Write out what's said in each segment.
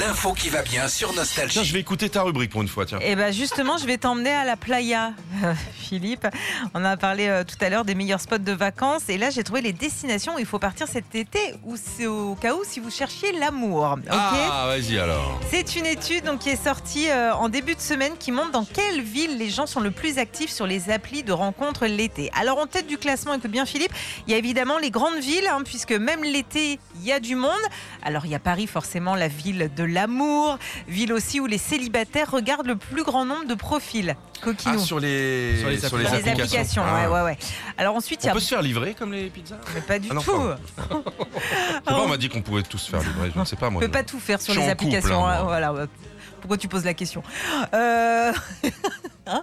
L'info qui va bien sur Nostalgie. Tiens, je vais écouter ta rubrique pour une fois, tiens. Et bien Eh ben, justement, je vais t'emmener à la playa, Philippe. On a parlé euh, tout à l'heure des meilleurs spots de vacances. Et là, j'ai trouvé les destinations où il faut partir cet été, ou c'est au cas où si vous cherchiez l'amour. ok Ah, vas-y alors. C'est une étude donc, qui est sortie euh, en début de semaine qui montre dans quelle ville les gens sont le plus actifs sur les applis de rencontres l'été. Alors en tête du classement, écoute bien Philippe, il y a évidemment les grandes villes, hein, puisque même l'été, il y a du monde. Alors il y a Paris forcément, la ville de l'amour, ville aussi où les célibataires regardent le plus grand nombre de profils. Ah, Coquinou. sur les, Sur les sur Sur les applications, ouais, Ah. ouais, ouais. Alors ensuite, il y On a... peut se faire livrer comme les pizzas Je Mais pas du Ah non, tout. pardon. sais Ah, pas, on on m'a dit qu'on pouvait tous faire livrer, je ne sais pas moi. peut pas tout faire sur Je suis les en couple, applications. hein, hein, moi. voilà. ouais. Pourquoi tu poses la question Euh, hein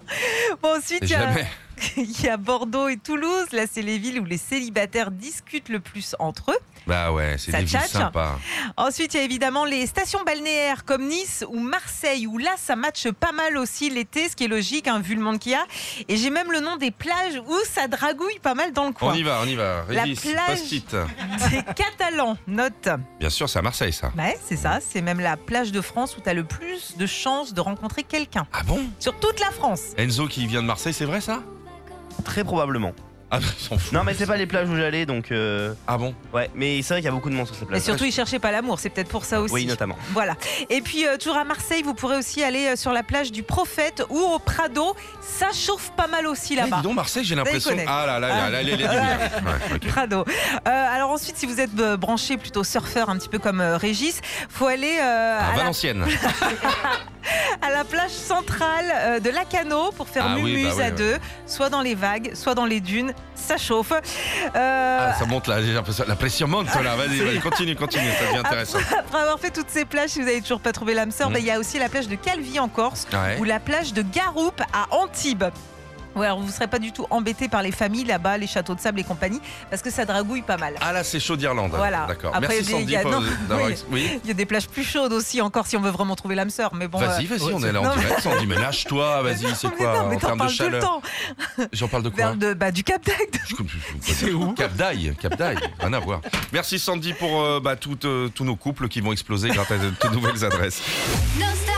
Bon, ensuite, il y a- Jamais. il y a Bordeaux et Toulouse. Là, c'est les villes où les célibataires discutent le plus entre eux. Bah ouais, c'est Ça des villes tchatche. sympas. Ensuite, il y a évidemment les stations balnéaires comme Nice ou Marseille, où là, ça matche pas mal aussi l'été, ce qui est logique, hein, vu le monde qu'il y a. Et j'ai même le nom des plages où ça dragouille pas mal dans le On coin. y va, on y va. La Régis, plage. post-it. C'est catalan, note. Bien sûr, c'est à Marseille ça. Ouais, c'est ça, c'est même la plage de France où tu as le plus de chances de rencontrer quelqu'un. Ah bon Sur toute la France. Enzo qui vient de Marseille, c'est vrai ça Très probablement. Ah, bah, on s'en fout. Non, mais c'est pas les plages où j'allais, donc. euh, Ah bon Ouais, mais c'est vrai qu'il y a beaucoup de monde sur ces Mais plages. surtout, ils cherchaient pas l'amour, c'est peut-être pour ça aussi. Oui, notamment. Voilà. Et puis, euh, toujours à Marseille, vous pourrez aussi aller euh, sur la plage du Prophète ou au Prado. Ça chauffe pas mal aussi Eh, là-bas. Dis donc, Marseille, j'ai l'impression. connaît. Ah là là, là, là, il y a des lumières. Ouais, ok. Prado. Euh, alors ensuite, si vous êtes euh, branché plutôt surfeur, un petit peu comme euh, Régis, faut aller euh, À à, la, Ah, Valenciennes. à la plage centrale euh, de Lacano pour faire Ah oui, mumuse bah oui, à ouais. deux, soit dans les vagues, soit dans les dunes. Ça chauffe. Euh, Ah, ça monte là, j'ai l'impression- la pression monte là. Vas-y, vas-y, continue, continue, ça devient intéressant. Après avoir fait toutes ces plages, si vous n'avez toujours pas trouvé l'âme sœur, Mm. bah, il y a aussi la plage de Calvi en Corse Ouais. ou la plage de Garoupe à Antibes. Ouais, alors vous ne serez pas du tout embêté par les familles là-bas, les châteaux de sable et compagnie, parce que ça dragouille pas mal. Ah là, c'est chaud d'Irlande. Voilà. D'accord. Après, Merci il y a- il Sandy y a- pour- non, d'avoir. oui. ex- Oui. Il y a des plages plus chaudes aussi encore si on veut vraiment trouver l'âme sœur, mais bon. Vas-y, euh, vas-y, on est là Non, en mais- direct. Sandy, mais lâche-toi, vas-y, c'est mais quoi non, mais en t'en termes de parles tout le chaleur temps. J'en parle de quoi Vers de- bah, du Cap d'Agde. C'est où Cap d'Aille, Cap d'Aille, rien à voir. Merci Sandy pour euh, bah, tout, euh, tous nos couples qui vont exploser grâce à tes nouvelles adresses. Nostalgie.